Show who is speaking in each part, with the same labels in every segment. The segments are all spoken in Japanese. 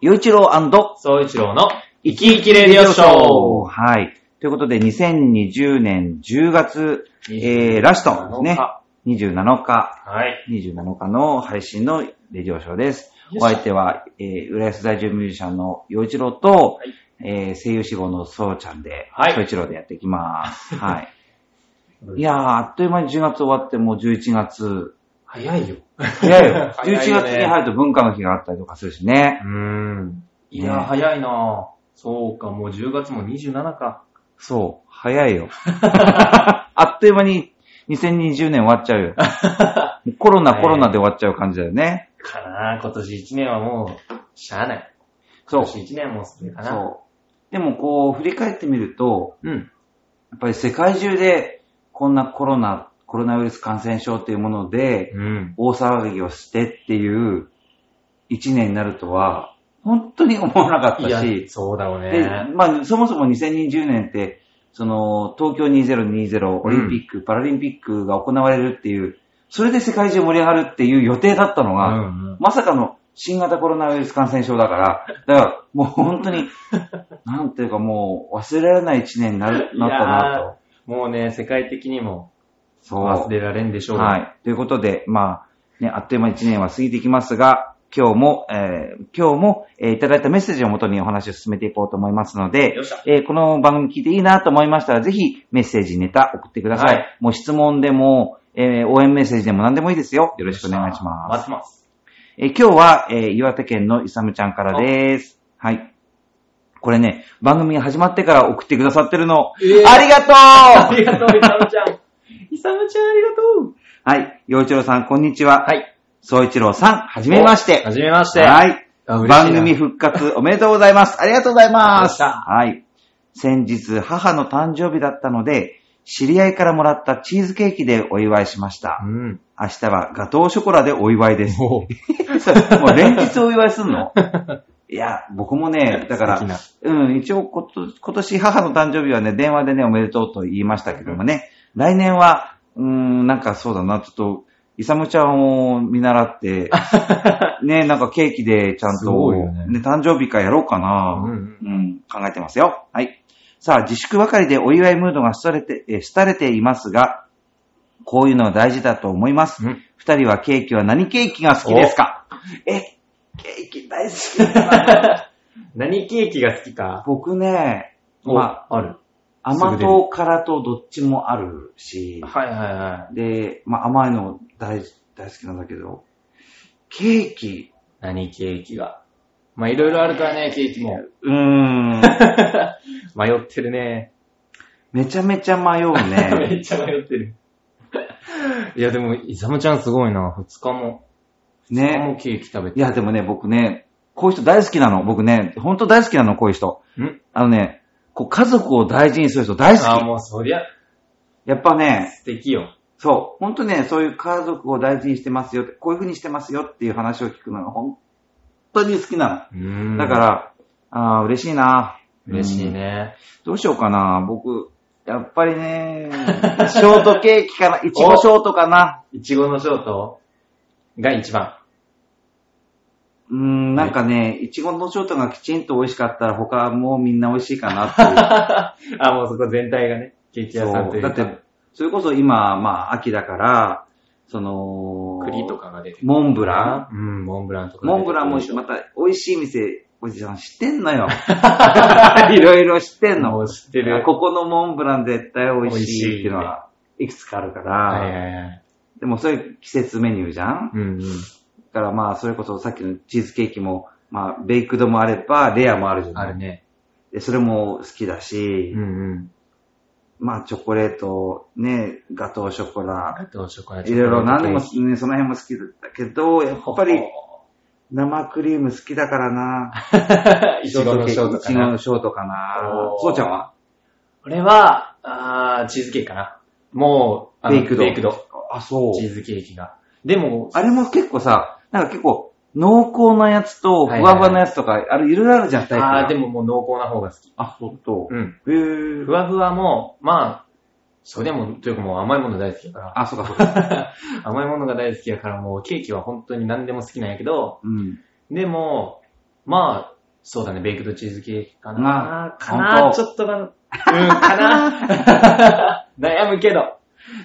Speaker 1: 洋一郎
Speaker 2: 総一郎の生き生きレディオショー。
Speaker 1: はい。ということで、2020年10月、えー、ラストですね。27日、
Speaker 2: はい。
Speaker 1: 27日の配信のレディオショーです。
Speaker 2: よいしょ
Speaker 1: お相手は、えー、浦安在住ミュージシャンの洋一郎と、
Speaker 2: はい
Speaker 1: えー、声優志望のそうちゃんで、
Speaker 2: はい
Speaker 1: 総一郎でやっていき ます。はい。いやー、あっという間に10月終わって、もう11月。
Speaker 2: 早いよ。
Speaker 1: 早い よ。
Speaker 2: 早い
Speaker 1: 11
Speaker 2: よね
Speaker 1: 月に入ると文化の日があったりとかするしね。
Speaker 2: うん。いや
Speaker 1: ね
Speaker 2: ー、早いなぁ。そうか、もう10月も27か。
Speaker 1: そう、早いよ。 あっという間に2020年終わっちゃうよ。 もうコロナ、
Speaker 2: ね
Speaker 1: コロナで終わっちゃう感じだよね。
Speaker 2: かなぁ、今年1年はもう、しゃあない。
Speaker 1: そう。
Speaker 2: 今
Speaker 1: そ
Speaker 2: 年1年はもうそれかな。
Speaker 1: う。でもこう、振り返ってみると、
Speaker 2: う。ん。
Speaker 1: やっぱり世界中でこんなコロナ、コロナウイルス感染症っていうもので、
Speaker 2: うん。
Speaker 1: 大騒ぎをしてっていう1年になるとは、本当に思わなかっ
Speaker 2: い
Speaker 1: た
Speaker 2: や
Speaker 1: し、、
Speaker 2: そうだよ
Speaker 1: で
Speaker 2: ね。、
Speaker 1: まあ、そもそも2020年って、その、東京2020オリンピック、パラリンピックが行われるっていう、それで世界中盛り上がるっていう予定だったの
Speaker 2: う
Speaker 1: が、
Speaker 2: んうん。
Speaker 1: まさかの新型コロナウイルス感染症だから、だからもう本当 に、なんていうかもう忘れられない一年になるなった
Speaker 2: いや
Speaker 1: なと。
Speaker 2: もうね、世界的にも
Speaker 1: そう。
Speaker 2: 忘れられんでしょうが
Speaker 1: はい。ということで、まあ、ね、あっという間に1年は過ぎていきますが、今日も、えー今日も、えーいただいたメッセージをもとにお話を進めていこうと思いますので
Speaker 2: よっしゃ、
Speaker 1: えーこの番組聞いていいなと思いましたら、ぜひメッセージ、ネタ送ってください。
Speaker 2: はい
Speaker 1: もう質問でも、えー応援メッセージでも何でもいいですよ。よろしくお願いします。
Speaker 2: 待ってます。
Speaker 1: えー今日は、えー岩手県のいさむちゃんからです。はい。これね、番組が始まってから送ってくださってるの、
Speaker 2: えー
Speaker 1: ありがとう
Speaker 2: あ りがとう、イサム ちゃん。イサムちゃん、ありがとう。
Speaker 1: はい。洋一郎さん、こんにちは。
Speaker 2: はい。
Speaker 1: 総一郎さん、はじめまして。
Speaker 2: はじめまして。。
Speaker 1: はいい。
Speaker 2: あ嬉しいな
Speaker 1: 番組復活おめでとうございます。ありがとうございます。
Speaker 2: ありがと
Speaker 1: はい。先日、母の誕生日だったので、知り合いからもらったチーズケーキでお祝いしました
Speaker 2: う。ん。
Speaker 1: 明日はガトーショコラでお祝いです。も
Speaker 2: お
Speaker 1: う連日お祝いすん のいや、僕もね、だか
Speaker 2: 素敵な
Speaker 1: ら、うん、一応こと今年母の誕生日はね、電話でね、おめでとうと言いましたけどもね、来年は、うーん、なんかそうだな、ちょっと、イサムちゃんを見習って、 ね、なんかケーキでちゃん
Speaker 2: す
Speaker 1: と、
Speaker 2: ごいよ
Speaker 1: ね
Speaker 2: ね
Speaker 1: 誕生日会やろうかな、
Speaker 2: うん
Speaker 1: うん考えてますよ。はい。さあ、自粛ばかりでお祝いムードが廃れて、えー廃れていますが、こういうのは大事だと思います。
Speaker 2: うん
Speaker 1: 二人はケーキは何ケーキが好きですかえ、ケーキ大好き だな
Speaker 2: 何ケーキが好きか。
Speaker 1: 僕ね、ま
Speaker 2: あ、ある。
Speaker 1: あ、
Speaker 2: すぐ
Speaker 1: 甘
Speaker 2: 出る
Speaker 1: 党、辛党どっちもあるし、
Speaker 2: はいはいは
Speaker 1: で、まあ甘いの大大好きなんだけど、ケーキ、
Speaker 2: い。何ケーキが。まあ、いろいろあるからね、ケーキも。
Speaker 1: うーん、
Speaker 2: 迷ってるね。
Speaker 1: めちゃめちゃ迷うね。
Speaker 2: めっちゃ迷ってる。 いや、でも、イサムちゃんすごいな。二日も。二日
Speaker 1: ね。
Speaker 2: もケーキ食べて。
Speaker 1: いや、でもね、僕ね、こういう人大好きなの。僕ね、ほんと大好きなの、こういう人。
Speaker 2: ん
Speaker 1: あのね、こう家族を大事にする人大
Speaker 2: あー、
Speaker 1: 好
Speaker 2: もうそりゃ、
Speaker 1: き。やっぱね、
Speaker 2: 素敵よ。
Speaker 1: そう、ほんとね、そういう家族を大事にしてますよって、こういう風にしてますよっていう話を聞くのが本当に好きな
Speaker 2: うん
Speaker 1: の。だか、ら、ああ、嬉しいな。
Speaker 2: 嬉しい
Speaker 1: うん
Speaker 2: ね。
Speaker 1: どうしようかな、僕。やっぱりね、ショートケーキ かな、いちごショートかな。
Speaker 2: いちごのショートが一番。
Speaker 1: うーん、なんかね、いちごのショートがきちんと美味しかったら他もみんな美味しいかな って
Speaker 2: あ、もうそこ全体がね、ケーキ
Speaker 1: いう。
Speaker 2: 屋さん
Speaker 1: そ
Speaker 2: というう
Speaker 1: だ
Speaker 2: か
Speaker 1: って、それこそ今、まあ秋だから、その、
Speaker 2: 栗とかが出てくる。
Speaker 1: モンブラ
Speaker 2: うん、モンブランと
Speaker 1: ン
Speaker 2: か。
Speaker 1: モンブランも
Speaker 2: し
Speaker 1: また美味しい店、おじさん知ってん のよ。いろいろ知ってんの。
Speaker 2: もう知ってる。
Speaker 1: ここのモンブラン絶対美味しいっていうのは、いくつかあるから、
Speaker 2: はいはいはい。
Speaker 1: でもそういう季節メニューじゃん
Speaker 2: うんうん。
Speaker 1: だからまあ、それこそさっきのチーズケーキも、まあ、ベイクドもあれば、レアもあるじゃ
Speaker 2: あ
Speaker 1: ない
Speaker 2: るね。
Speaker 1: で、それも好きだし、
Speaker 2: んうん。
Speaker 1: まあ、チョコレート、ね、ガトーショコラ、
Speaker 2: あとショコラ
Speaker 1: いろいろ何でも、
Speaker 2: チョコ
Speaker 1: ね、その辺も好きだったけど、やっぱ
Speaker 2: レ
Speaker 1: り
Speaker 2: ー
Speaker 1: 生クリーム好きだからな。
Speaker 2: トいちごのショート
Speaker 1: い
Speaker 2: か
Speaker 1: ちごの
Speaker 2: な。
Speaker 1: ショートかな
Speaker 2: お。ー
Speaker 1: そうちゃんは
Speaker 2: 俺は、あーチーズケーキかな。もう、あの
Speaker 1: ベイクド
Speaker 2: ベイクド。
Speaker 1: あ、そう。
Speaker 2: チーズケーキが。でも、
Speaker 1: あれも結構さ、なんか結構、濃厚なやつと、ふわふわなやつとか、あれいろいろあるじゃん、タイプが。
Speaker 2: あーでももう濃厚な方が好き。
Speaker 1: あ、ほんと。
Speaker 2: うん。
Speaker 1: へー
Speaker 2: ふわふわも、まあ、それでも、というかもう甘いもの大好きだから。
Speaker 1: あ、そうかそうか。
Speaker 2: 甘いものが大好きだからもうケーキは本当に何でも好きなんやけど、
Speaker 1: うん。
Speaker 2: でも、まあ、そうだね、ベイクドチーズケーキか
Speaker 1: ま
Speaker 2: な。
Speaker 1: あ
Speaker 2: かな
Speaker 1: 本
Speaker 2: ち
Speaker 1: 当
Speaker 2: ょっとが、うん、かな 悩むけど。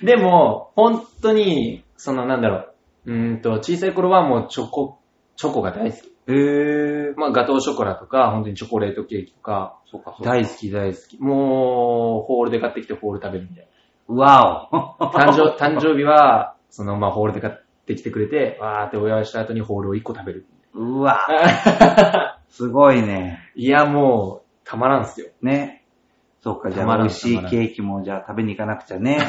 Speaker 2: でも、本当に、そのなんだろう、うーんと、小さい頃はもうチョコ、チョコが大好き。
Speaker 1: えー。
Speaker 2: まあ、ガトーショコラとか、本当にチョコレートケーキとか、
Speaker 1: そうか、そうか。
Speaker 2: 大好き大好き。もう、ホールで買ってきてホール食べるみたいな。
Speaker 1: わお。
Speaker 2: 誕生、誕生日は、その、まあ、ホールで買ってきてくれて、わーってお祝いした後にホールを1個食 べる。
Speaker 1: うわ。すごいね。
Speaker 2: いや、もう、たまらんっすよ。
Speaker 1: ね。そうか、じ
Speaker 2: た
Speaker 1: ゃ
Speaker 2: ま
Speaker 1: あ
Speaker 2: らん
Speaker 1: 美味しいケーキもじゃあ食べに行かなくちゃね。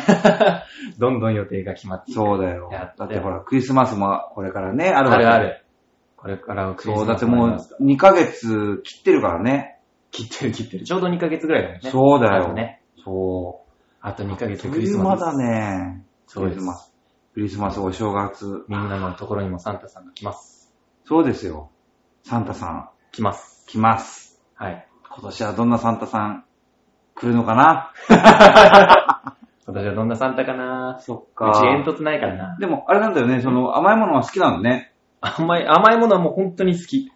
Speaker 2: どんどん予定が決まっていく
Speaker 1: そうだよ
Speaker 2: やっ。
Speaker 1: だ
Speaker 2: た
Speaker 1: ってほら、クリスマスもこれからね、あ
Speaker 2: あ
Speaker 1: る
Speaker 2: る
Speaker 1: わ
Speaker 2: あ
Speaker 1: け
Speaker 2: るある。これからクリス
Speaker 1: そう、だ
Speaker 2: マ
Speaker 1: っ
Speaker 2: ス
Speaker 1: て
Speaker 2: になり
Speaker 1: も
Speaker 2: ますから
Speaker 1: う2ヶ月切ってるからね。
Speaker 2: 切ってる切ってる。ちょうど2ヶ月ぐらいだよね。
Speaker 1: そうだ
Speaker 2: あと
Speaker 1: よ。
Speaker 2: ね。
Speaker 1: そう。
Speaker 2: あと2
Speaker 1: あ
Speaker 2: ヶ月で
Speaker 1: っ
Speaker 2: ク
Speaker 1: と
Speaker 2: リ
Speaker 1: い
Speaker 2: ス
Speaker 1: う
Speaker 2: マ
Speaker 1: 間
Speaker 2: ス。
Speaker 1: だね。
Speaker 2: そうです
Speaker 1: クリスマス。クリスマス、お正月。
Speaker 2: みんなのところにもサンタさんが来ます。
Speaker 1: そうですよ。サンタさん、
Speaker 2: 来ます。
Speaker 1: 来ます。
Speaker 2: はい。
Speaker 1: 今年はどんなサンタさん来るのかな
Speaker 2: 私はどんなサンタかな
Speaker 1: そっ
Speaker 2: うち煙突ないからな。
Speaker 1: でも、あれなんだよね、その甘いものは好きなのね。
Speaker 2: 甘い、甘いものはもう本当に好き。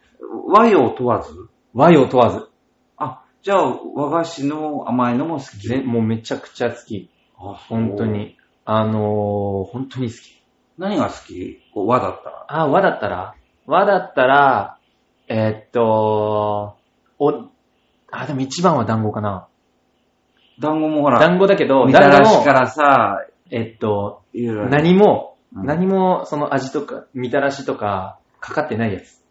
Speaker 1: 和洋問わず
Speaker 2: 和洋問わず。
Speaker 1: あ、じゃあ、和菓子の甘いのも好き。
Speaker 2: ぜもうめちゃくちゃ好き。
Speaker 1: あ
Speaker 2: 本当。に。あのー、本当に好き。
Speaker 1: 何が好きこう和だったら。
Speaker 2: あ、和だったら和だったら、えーっと、お、あ、でも一番は団子かな。
Speaker 1: 団子もほら、
Speaker 2: 団子だけど、
Speaker 1: みた
Speaker 2: 団
Speaker 1: らし
Speaker 2: 子
Speaker 1: か
Speaker 2: も、
Speaker 1: らさ、
Speaker 2: えっと、
Speaker 1: いろいろ
Speaker 2: 何
Speaker 1: う
Speaker 2: も、
Speaker 1: ん
Speaker 2: 何もその味とか、みたらしとか、かかってないやつ。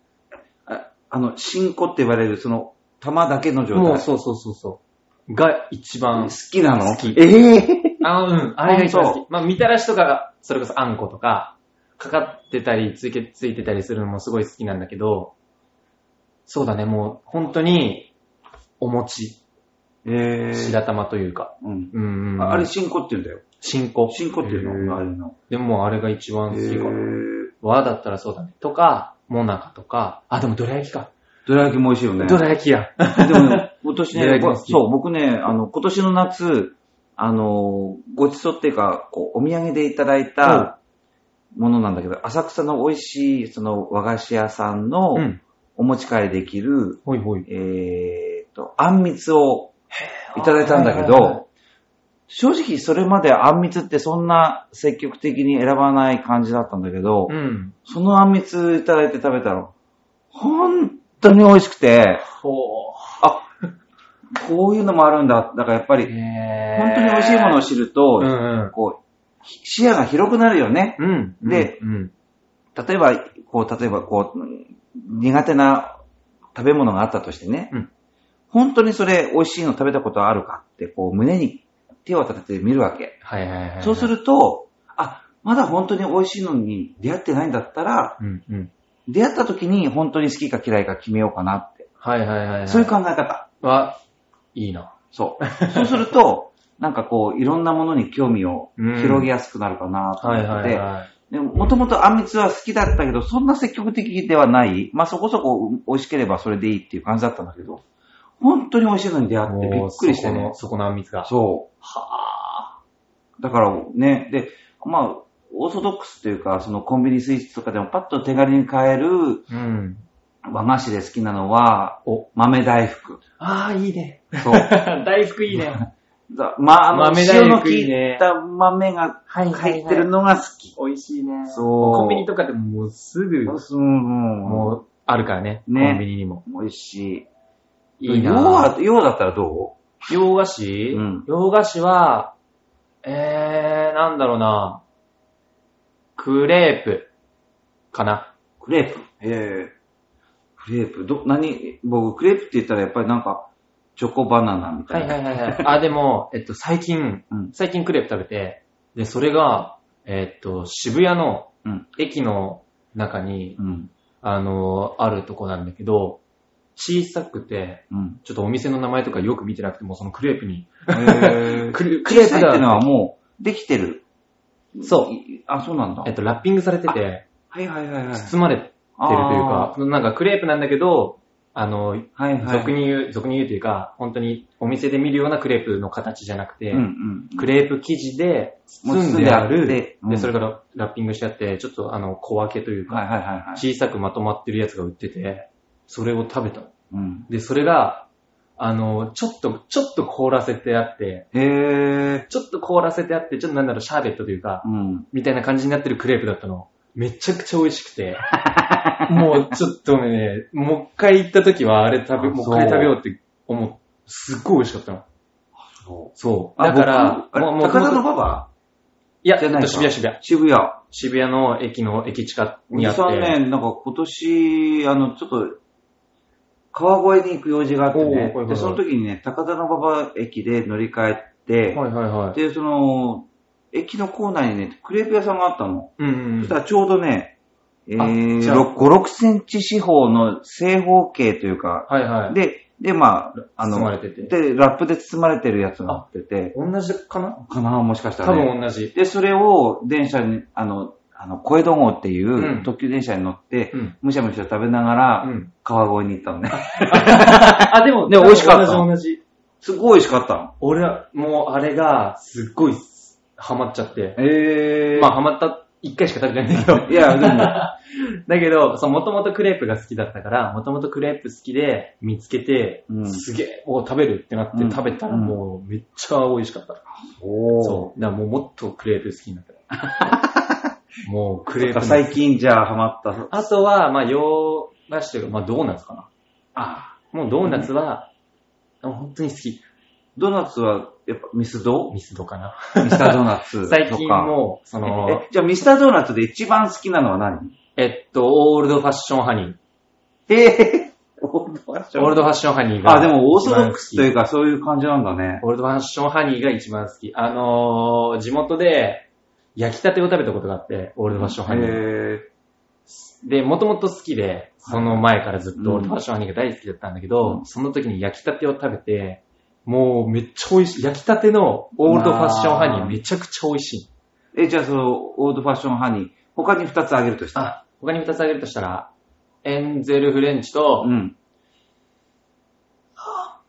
Speaker 1: ああの、新子って言われる、その、玉だけの状態。
Speaker 2: もうそうそうそうそう。が一番
Speaker 1: 好きなの
Speaker 2: 好き
Speaker 1: ええ
Speaker 2: あ、うん。あれが一番
Speaker 1: 本
Speaker 2: 好き。まあ、みたらしとかが、それこそあんことか、かかってたり、ついてついてたりするのもすごい好きなんだけど、そうだね、もう、本当に、お餅、
Speaker 1: ええ
Speaker 2: 白玉というか。
Speaker 1: うん。
Speaker 2: うんうん。
Speaker 1: ああれ、新子って言うんだよ。
Speaker 2: 新子。
Speaker 1: 新子っていうの、ああ
Speaker 2: へ
Speaker 1: い
Speaker 2: ー
Speaker 1: うの。
Speaker 2: でも、あれが一番好きかな。
Speaker 1: え
Speaker 2: 和だったらそうだね。とか、もなかとか、あ、でも、どら焼きか。
Speaker 1: どら焼きも美味しいよね。
Speaker 2: どら焼きや。
Speaker 1: でもね、今年
Speaker 2: どら
Speaker 1: ね、
Speaker 2: 焼きも
Speaker 1: ぼ
Speaker 2: 好き
Speaker 1: そう、僕ね、あの、今年の夏、あの、ごちそうっていうか、こう、お土産でいただいたものなんだけど、浅草の美味しい、その、和菓子屋さんの、
Speaker 2: うん。
Speaker 1: お持ち帰りできる、
Speaker 2: ほいほい。
Speaker 1: えーと、あんみつをいただいたんだけ
Speaker 2: はいはいはい
Speaker 1: ど、正直それまであんみつってそんな積極的に選ばない感じだったんだけど、
Speaker 2: うん。
Speaker 1: そのあんみついただいて食べたら、本当に美味しくて、
Speaker 2: ほ
Speaker 1: あ、こういうのもあるんだ。だからやっぱ
Speaker 2: う。
Speaker 1: り、本
Speaker 2: 本
Speaker 1: 当に美味しいものを知ると、
Speaker 2: うん
Speaker 1: こう、ひ視野が広くなるよね。
Speaker 2: うん。うん。うん
Speaker 1: で、
Speaker 2: うん。
Speaker 1: 例えば、こう、例えば、こう、うん苦手な食べ物があったとしてね、
Speaker 2: うん
Speaker 1: 本当にそれ美味しいの食べたことあるかって、こう、胸に手を立てて見るわけ。
Speaker 2: はいはいはいはい。
Speaker 1: そうすると、あ、まだ本当に美味しいのに出会ってないんだったら、
Speaker 2: うんうん。
Speaker 1: 出会った時に本当に好きか嫌いか決めようかなって。
Speaker 2: はいはいはい、はい。
Speaker 1: そういう考え方。
Speaker 2: は、いいな。
Speaker 1: そう。そうすると、なんかこう、いろんなものに興味を広げやすくなるかなと思ってて、
Speaker 2: はい。
Speaker 1: でも、もともとあんみつは好きだったけど、そんな積極的ではない。まあ、そこそこうん美味しければそれでいいっていう感じだったんだけど、本当に美味しいのに出会ってびっくりして
Speaker 2: そこ
Speaker 1: ね
Speaker 2: の、。そこのあんみつが。
Speaker 1: そう。
Speaker 2: は
Speaker 1: だからね、で、まあ、オーソドックスというか、そのコンビニスイーツとかでもパッと手軽に買える
Speaker 2: ぁ。うん。
Speaker 1: 和菓子で好きなのは、
Speaker 2: お。
Speaker 1: 豆大福。
Speaker 2: ああ、いいね。
Speaker 1: そう。
Speaker 2: 大福いいね。
Speaker 1: だまあ、あの、
Speaker 2: 豆大
Speaker 1: 塩の効
Speaker 2: 福いいね
Speaker 1: いた豆が
Speaker 2: はい
Speaker 1: 入ってる。のが好き。
Speaker 2: 美味しいね。
Speaker 1: そう
Speaker 2: コンビニとかでももうすぐ、
Speaker 1: うん、うん
Speaker 2: もう、あるからね。
Speaker 1: ね
Speaker 2: コンビニにも。
Speaker 1: 美味しい。
Speaker 2: いい
Speaker 1: 洋
Speaker 2: なぁ。
Speaker 1: は、洋だったらど
Speaker 2: 洋菓子
Speaker 1: うん
Speaker 2: 洋菓子は、えー、なんだろうなクレープ、かな。
Speaker 1: うクレープ。ええクレープ、ど、何、僕、クレープって言ったらやっぱりなんか、チョコバナナみた
Speaker 2: はいい
Speaker 1: な。
Speaker 2: はいはいはい。あ、でも、えっと、最近、
Speaker 1: うん
Speaker 2: 最近クレープ食べて、で、それが、えっと、渋谷の
Speaker 1: うん
Speaker 2: 駅の中に、
Speaker 1: うん。
Speaker 2: あの、あるとこなんだけど、小さくて、
Speaker 1: うん。
Speaker 2: ちょっとお店の名前とかよく見てなくても、そのクレープに、
Speaker 1: えー、
Speaker 2: クレ
Speaker 1: クレープって
Speaker 2: が
Speaker 1: のはもう、できてる。
Speaker 2: そう
Speaker 1: い。あ、そうなんだ。
Speaker 2: えっと、ラッピングされてて、
Speaker 1: はいはいはいはい。
Speaker 2: 包まれてる
Speaker 1: あ
Speaker 2: とい
Speaker 1: ー
Speaker 2: うか、なんかクレープなんだけど、あの、
Speaker 1: はいはい。
Speaker 2: 俗に言う、俗に言うというか、本当にお店で見るようなクレープの形じゃなくて、
Speaker 1: うんうん。
Speaker 2: クレープ生地で
Speaker 1: もう
Speaker 2: 包んであ
Speaker 1: 包ん
Speaker 2: る、
Speaker 1: であっ
Speaker 2: で
Speaker 1: てうん
Speaker 2: それからラッピングしてあって、ちょっとあの小分けというか、
Speaker 1: はいはいはいはい。
Speaker 2: 小さくまとまってるやつが売ってて、それを食べたの。
Speaker 1: うん。
Speaker 2: で、それが、あの、ちょっと、ちょっと凍らせてあって、
Speaker 1: へえ。
Speaker 2: ちょっと凍らせてあって、ちょっとなんだろう、シャーベットというか、
Speaker 1: うん。
Speaker 2: みたいな感じになってるクレープだったの。めちゃくちゃ美味し くて。もうちょっとね、もう一回行った時はあれ食べ、
Speaker 1: あ
Speaker 2: もう
Speaker 1: そ
Speaker 2: 一
Speaker 1: う
Speaker 2: 回食べようって思う。すっごい美味しかったの。
Speaker 1: そ
Speaker 2: そう。だから、
Speaker 1: あれ
Speaker 2: もう、もう、
Speaker 1: 高田の馬場
Speaker 2: いや、
Speaker 1: じ
Speaker 2: え
Speaker 1: ゃ
Speaker 2: っ
Speaker 1: ない
Speaker 2: と
Speaker 1: か
Speaker 2: 渋谷渋谷。
Speaker 1: 渋谷。
Speaker 2: 渋谷の駅の駅近にあって。
Speaker 1: 23年、なんか今年、あの、ちょっと、川越に行く用事があって
Speaker 2: おーはい
Speaker 1: ね
Speaker 2: はいは、い
Speaker 1: で、その時にね、高田馬場駅で乗り換えて、
Speaker 2: はいはいはい。
Speaker 1: で、その、駅の構内にね、クレープ屋さんがあったの。
Speaker 2: うんうん
Speaker 1: そしたらちょうどね、えー、
Speaker 2: じゃあ
Speaker 1: 6 5、6センチ四方の正方形というか、
Speaker 2: はいはい。
Speaker 1: で、で、まあ、あ
Speaker 2: 包まれ
Speaker 1: の、
Speaker 2: てて。
Speaker 1: で、ラップで包まれてるやつになってて、
Speaker 2: 同じかな
Speaker 1: かなもしかした
Speaker 2: 多
Speaker 1: らね。
Speaker 2: 分同じ。
Speaker 1: で、それを電車に、あの、あの、小江戸号ってい
Speaker 2: うん
Speaker 1: う特急電車に乗って、
Speaker 2: うん。
Speaker 1: むしゃむしゃ食べなが
Speaker 2: う
Speaker 1: ら、
Speaker 2: ん。
Speaker 1: 川越に行ったのね。
Speaker 2: あ、でも、
Speaker 1: ね美味しかった
Speaker 2: 同じ同じ。
Speaker 1: すごい美味しかったの。
Speaker 2: 俺は、もうあれが、すっごい、ハマっちゃって。
Speaker 1: え
Speaker 2: まあ、ハマった、一回しか食べてないんだけ ど。
Speaker 1: いやでも
Speaker 2: だけど、そう、もともとクレープが好きだったから、もともとクレープ好きで、見つけて、
Speaker 1: うん
Speaker 2: すげえ、お食べるってなって
Speaker 1: うん
Speaker 2: 食べたら、
Speaker 1: うん
Speaker 2: もう、めっちゃ美味しかった。
Speaker 1: お
Speaker 2: そう。だからもう、もっとクレープ好きになった。 もう、クレープの。
Speaker 1: 最近じゃあハマった。
Speaker 2: あとは、まあ、洋菓子というか、まあ、ドーナツかな。
Speaker 1: あ、
Speaker 2: もう、ドーナツは、本当に好き。
Speaker 1: ドーナツは、やっぱミスド
Speaker 2: ミスドかな。
Speaker 1: ミスタードーナツとか。
Speaker 2: 最近もう、その、
Speaker 1: え、じゃあミスタードーナツで一番好きなのは何
Speaker 2: えっと、オールドファッションハニー。
Speaker 1: えー、オールドファッション
Speaker 2: オールドファッションハニーが。
Speaker 1: あ、でもオーソドックスという
Speaker 2: か。
Speaker 1: かそういう感じなんだね。
Speaker 2: オールドファッションハニーが一番好き。あのー、地元で焼きたてを食べたことがあって、オールドファッションハニー。
Speaker 1: え
Speaker 2: で、もともと好きで、その前からずっとオールドファッションハニーが大好きだったんだけど、
Speaker 1: うん
Speaker 2: その時に焼きたてを食べて、もうめっちゃ美味しい。焼きたてのオールドファッションハニーめちゃくちゃ美味しい。
Speaker 1: ー、え、じゃあその、オールドファッションハニー、他に二つあげるとしたら。
Speaker 2: あ、他に2つあげるとしたら、エンゼルフレンチと、
Speaker 1: うん。
Speaker 2: あ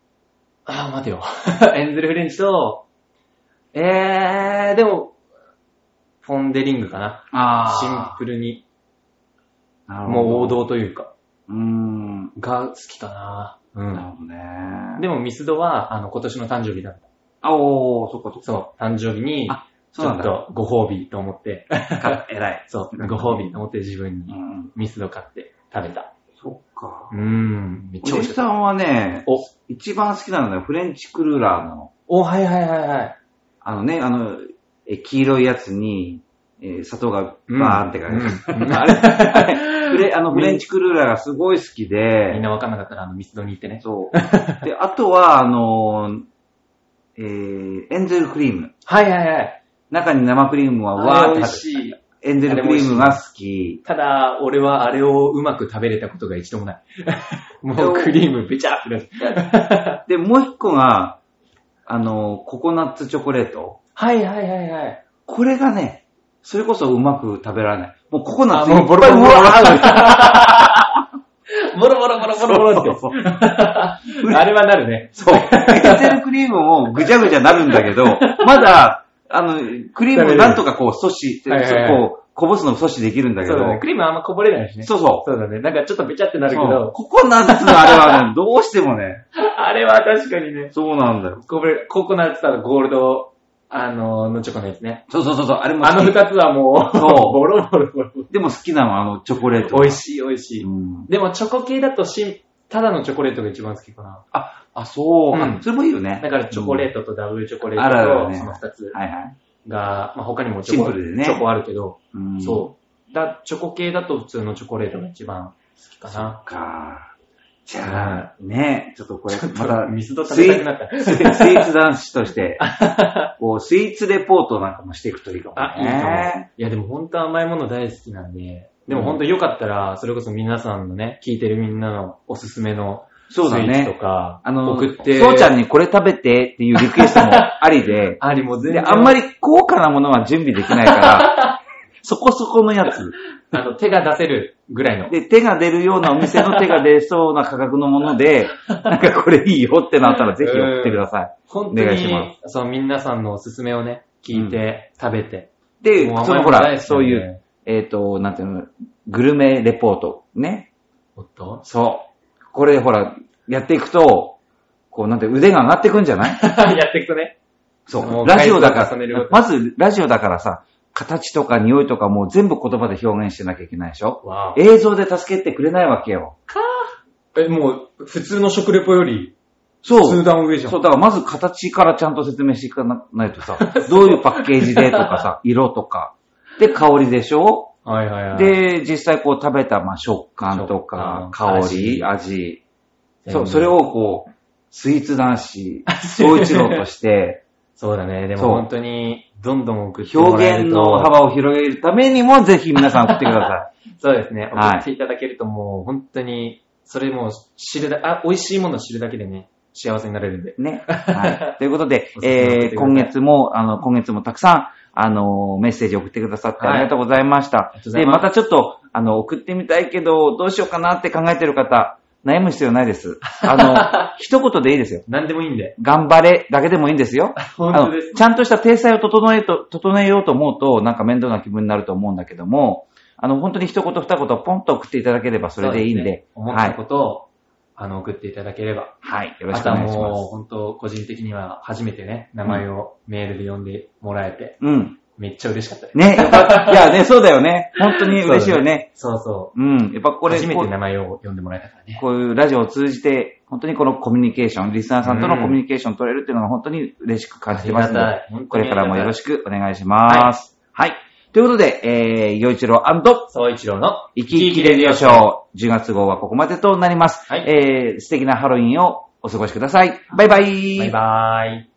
Speaker 2: ー、待てよ。 エンゼルフレンチと、えー、でも、フォンデリングかな。シン
Speaker 1: あ
Speaker 2: プルに、
Speaker 1: あ。
Speaker 2: もう王
Speaker 1: う。
Speaker 2: 道というか、
Speaker 1: うーん。
Speaker 2: が好きか
Speaker 1: なる
Speaker 2: な。
Speaker 1: ほどね。
Speaker 2: うん。でもミスドは、あの、今年の誕生日だった。
Speaker 1: あ、おー、そっかそっか。
Speaker 2: そう、誕生日に、
Speaker 1: あ
Speaker 2: ち
Speaker 1: そう
Speaker 2: ょ
Speaker 1: なん
Speaker 2: っ
Speaker 1: だ。
Speaker 2: とご褒美と思って、
Speaker 1: 偉い。
Speaker 2: そう、ご褒美と思って自分
Speaker 1: う
Speaker 2: に
Speaker 1: ん。
Speaker 2: ミスド買って食べた。
Speaker 1: そっか
Speaker 2: う。ーん、めっ
Speaker 1: お
Speaker 2: ちゃ美
Speaker 1: じ
Speaker 2: 味し
Speaker 1: さ
Speaker 2: かっ
Speaker 1: んはね
Speaker 2: た。、お、
Speaker 1: 一番好きなのはねフレンチクルーラーなの。
Speaker 2: お、はいはいはいはい。
Speaker 1: あのね、あの、え黄色いやつに、えー砂糖がバーンって感じ。
Speaker 2: うんう ん
Speaker 1: あれ、あれフレあのフレンチクルーラーがすごい好き
Speaker 2: みん
Speaker 1: で、
Speaker 2: なわかんなかったら、あの、ミスドに行ってね。
Speaker 1: そう。で、あとは、あの、えー、エンゼルクリーム。
Speaker 2: はいはいはい。
Speaker 1: 中に生クリームはわ
Speaker 2: あれ
Speaker 1: ー
Speaker 2: 美
Speaker 1: っ
Speaker 2: 味
Speaker 1: て
Speaker 2: しい。
Speaker 1: エンゼルクリームが好き。
Speaker 2: ただ、俺はあれをうまく食べれたことが一度 もない。もうクリームべちゃってなっちゃ う
Speaker 1: で、もう一個が、あの、ココナッツチョコレート。
Speaker 2: はいはいはいはい。
Speaker 1: これがね、それこそうまく食べられない。もうココナッ
Speaker 2: あ、
Speaker 1: ツいっぱい
Speaker 2: も
Speaker 1: う
Speaker 2: ボロボロボロボロ
Speaker 1: うわー
Speaker 2: ボロボロボロボロボロって。
Speaker 1: そうそう
Speaker 2: あれはなるね。
Speaker 1: そう。エンゼルクリームもぐちゃぐちゃなるんだけ ど、まだ、あの、クリームをなんとかこう阻止って、
Speaker 2: はいはいはい
Speaker 1: こう、こぼすのを阻止できるんだけ
Speaker 2: そ
Speaker 1: ど
Speaker 2: う、だね。クリームあんまこぼれないしね。
Speaker 1: そうそう。
Speaker 2: そうだね。なんかちょっとべちゃってなるけ
Speaker 1: そう
Speaker 2: ど、
Speaker 1: ココナッツのあれはね、どうしてもね、
Speaker 2: あれは確かにね。
Speaker 1: そうなんだよ。
Speaker 2: こぼれ、ココナッツとゴールド、あの、のチョコのやつね。
Speaker 1: そうそうそうそう、あれも
Speaker 2: あの
Speaker 1: 好
Speaker 2: 二つはもう、
Speaker 1: そう
Speaker 2: ボロボロボロ。
Speaker 1: き。でも好きなのはあの、チョコレート。
Speaker 2: 美味
Speaker 1: い。
Speaker 2: しい美味しい。
Speaker 1: うん、
Speaker 2: でもチョコ系だとしん、ただのチョコレートが一番好きかな。
Speaker 1: あ、あ、そう、
Speaker 2: うん
Speaker 1: あそれもいいよね。
Speaker 2: だからチョコレ
Speaker 1: ー
Speaker 2: ートとダブルチョコレ
Speaker 1: あら
Speaker 2: ー
Speaker 1: ら
Speaker 2: トと
Speaker 1: ね
Speaker 2: その二つ
Speaker 1: ト。はいはい。
Speaker 2: が、まあ、他にもチョ
Speaker 1: シン
Speaker 2: コ
Speaker 1: プルでね
Speaker 2: チョコあるけど、
Speaker 1: うん、
Speaker 2: そう。だチョコ系だと普通のチョコレートが一番好きかな。
Speaker 1: か。じゃあ、ね、ちょっとこれ、ま
Speaker 2: ちょったと、ミスド食べたくなっ た。
Speaker 1: スイーツ男子と して、こう、スイーツレポートなんかもしていくといいかも
Speaker 2: あ、いいかも
Speaker 1: ね。。
Speaker 2: いや、でも本当甘いもの大好きなんで、でも本当よかったら、それこそ皆さんのね、聞いてるみんなのおすすめのスイ
Speaker 1: そうだ
Speaker 2: ーツと
Speaker 1: ね。
Speaker 2: か、
Speaker 1: あの、
Speaker 2: 送って、、
Speaker 1: そうちゃんにこれ食べてっていうリクエストもありで
Speaker 2: ありもう全
Speaker 1: で、
Speaker 2: 然、
Speaker 1: あんまり高価なものは準備できない から、そこそこのやつ。
Speaker 2: あの手が出せるぐらいの。
Speaker 1: で、手が出るようなお店の手が出そうな価格のもの で、なんかこれいいよってなったらぜひ送ってください。
Speaker 2: 本当
Speaker 1: お願いし
Speaker 2: に
Speaker 1: ま、
Speaker 2: そう、皆さんのおすすめをね、聞いて、食べて。
Speaker 1: で、
Speaker 2: もう
Speaker 1: そ
Speaker 2: 甘
Speaker 1: の
Speaker 2: いも
Speaker 1: ほ
Speaker 2: の
Speaker 1: ら、
Speaker 2: 大好きな
Speaker 1: そ
Speaker 2: ん
Speaker 1: う
Speaker 2: で
Speaker 1: いう、えっと、なんていうの、グルメレポート。ね。
Speaker 2: おっと
Speaker 1: そこれほら、やっていくと、こうなんて腕が上がってくんじゃない
Speaker 2: やっていくとね。
Speaker 1: そ
Speaker 2: も
Speaker 1: う。
Speaker 2: う
Speaker 1: ラジオだ
Speaker 2: 回
Speaker 1: か
Speaker 2: 数を重ねる
Speaker 1: ら
Speaker 2: ご、と
Speaker 1: まずラジオだからさ、形とか匂いとかもう全部言葉で表現してなきゃいけないでしょ
Speaker 2: わ
Speaker 1: 映像で助けてくれないわけよ。
Speaker 2: え、もう、普通の食レポより、
Speaker 1: そう。
Speaker 2: 数段上じゃん。
Speaker 1: そう、だからまず形からちゃんと説明していかないとさ、どういうパッケージでとかさ、色とか。で、香りでしょ
Speaker 2: はいはいはい。、
Speaker 1: で、実際こう食べた、まあ、食感とか、
Speaker 2: 食感
Speaker 1: 香り、味。そう、
Speaker 2: 全部
Speaker 1: それをこう、スイーツ男 子、総一郎として、
Speaker 2: そうだね。で
Speaker 1: そう
Speaker 2: も本当に、どんどん送ってもら
Speaker 1: 表
Speaker 2: える
Speaker 1: 現
Speaker 2: と
Speaker 1: の幅を広げるためにも、ぜひ皆さん送ってくださ
Speaker 2: そうですね。
Speaker 1: はい
Speaker 2: 送っていただけるともう、本当に、それもう知るだ、あ、美味しいものを知るだけでね、幸せになれるんで。
Speaker 1: い。 ね。はい。ということで
Speaker 2: お、すすめ送
Speaker 1: え
Speaker 2: ってください
Speaker 1: ー、今月も、あの、今月もたくさん、あの、メッセージ送ってくださって
Speaker 2: はい
Speaker 1: ありがとうございました。
Speaker 2: りがとうござ
Speaker 1: で、
Speaker 2: いま
Speaker 1: ますたちょっと、あの、送ってみたいけど、どうしようかなって考えてる方、悩む必要ないです。 あの、一言でいいですよ。
Speaker 2: 何でもいいんで。
Speaker 1: 頑張れだけでもいいんですよ。
Speaker 2: 本
Speaker 1: あ
Speaker 2: 当
Speaker 1: の
Speaker 2: です。
Speaker 1: ちゃんとした体裁を整えと、整えようと思うと、なんか面倒な気分になると思うんだけども、あの、本当に一言二言ポンと送っていただければそれでいいんで、
Speaker 2: そうすね思っ
Speaker 1: は
Speaker 2: た
Speaker 1: い。
Speaker 2: ことを、あの、送っていただければ。
Speaker 1: はい。よろ
Speaker 2: あ
Speaker 1: しく
Speaker 2: と
Speaker 1: お
Speaker 2: は
Speaker 1: 願いしま
Speaker 2: もう、
Speaker 1: す。
Speaker 2: 本当、個人的には初めてね、名前をメールで呼んでもらえて、
Speaker 1: うん。
Speaker 2: めっちゃ嬉しかったです。
Speaker 1: ね、やっぱ、いやね、そうだよね。本当に嬉しいよね。
Speaker 2: そうそう。
Speaker 1: うん。やっぱこれ、
Speaker 2: 初め
Speaker 1: こ
Speaker 2: て
Speaker 1: う
Speaker 2: 名前を呼んでもらえたからね。
Speaker 1: こういうラジオを通じて、本当にこのコミュニケーション、リスナーさんとの
Speaker 2: うん
Speaker 1: コミュニケーションを取れるっていうのが本当に嬉しく感じてますの
Speaker 2: ありがたい
Speaker 1: で、これからもよろしくお願いし
Speaker 2: あり
Speaker 1: ま
Speaker 2: が
Speaker 1: す。はい。ということで、えー、洋一郎
Speaker 2: 総一郎の、
Speaker 1: 生き生きレディオショー、10月号はここまでとなります。
Speaker 2: はい
Speaker 1: えー、素敵なハロウィンをお過ごしください。バイバイ。
Speaker 2: バイバーイ。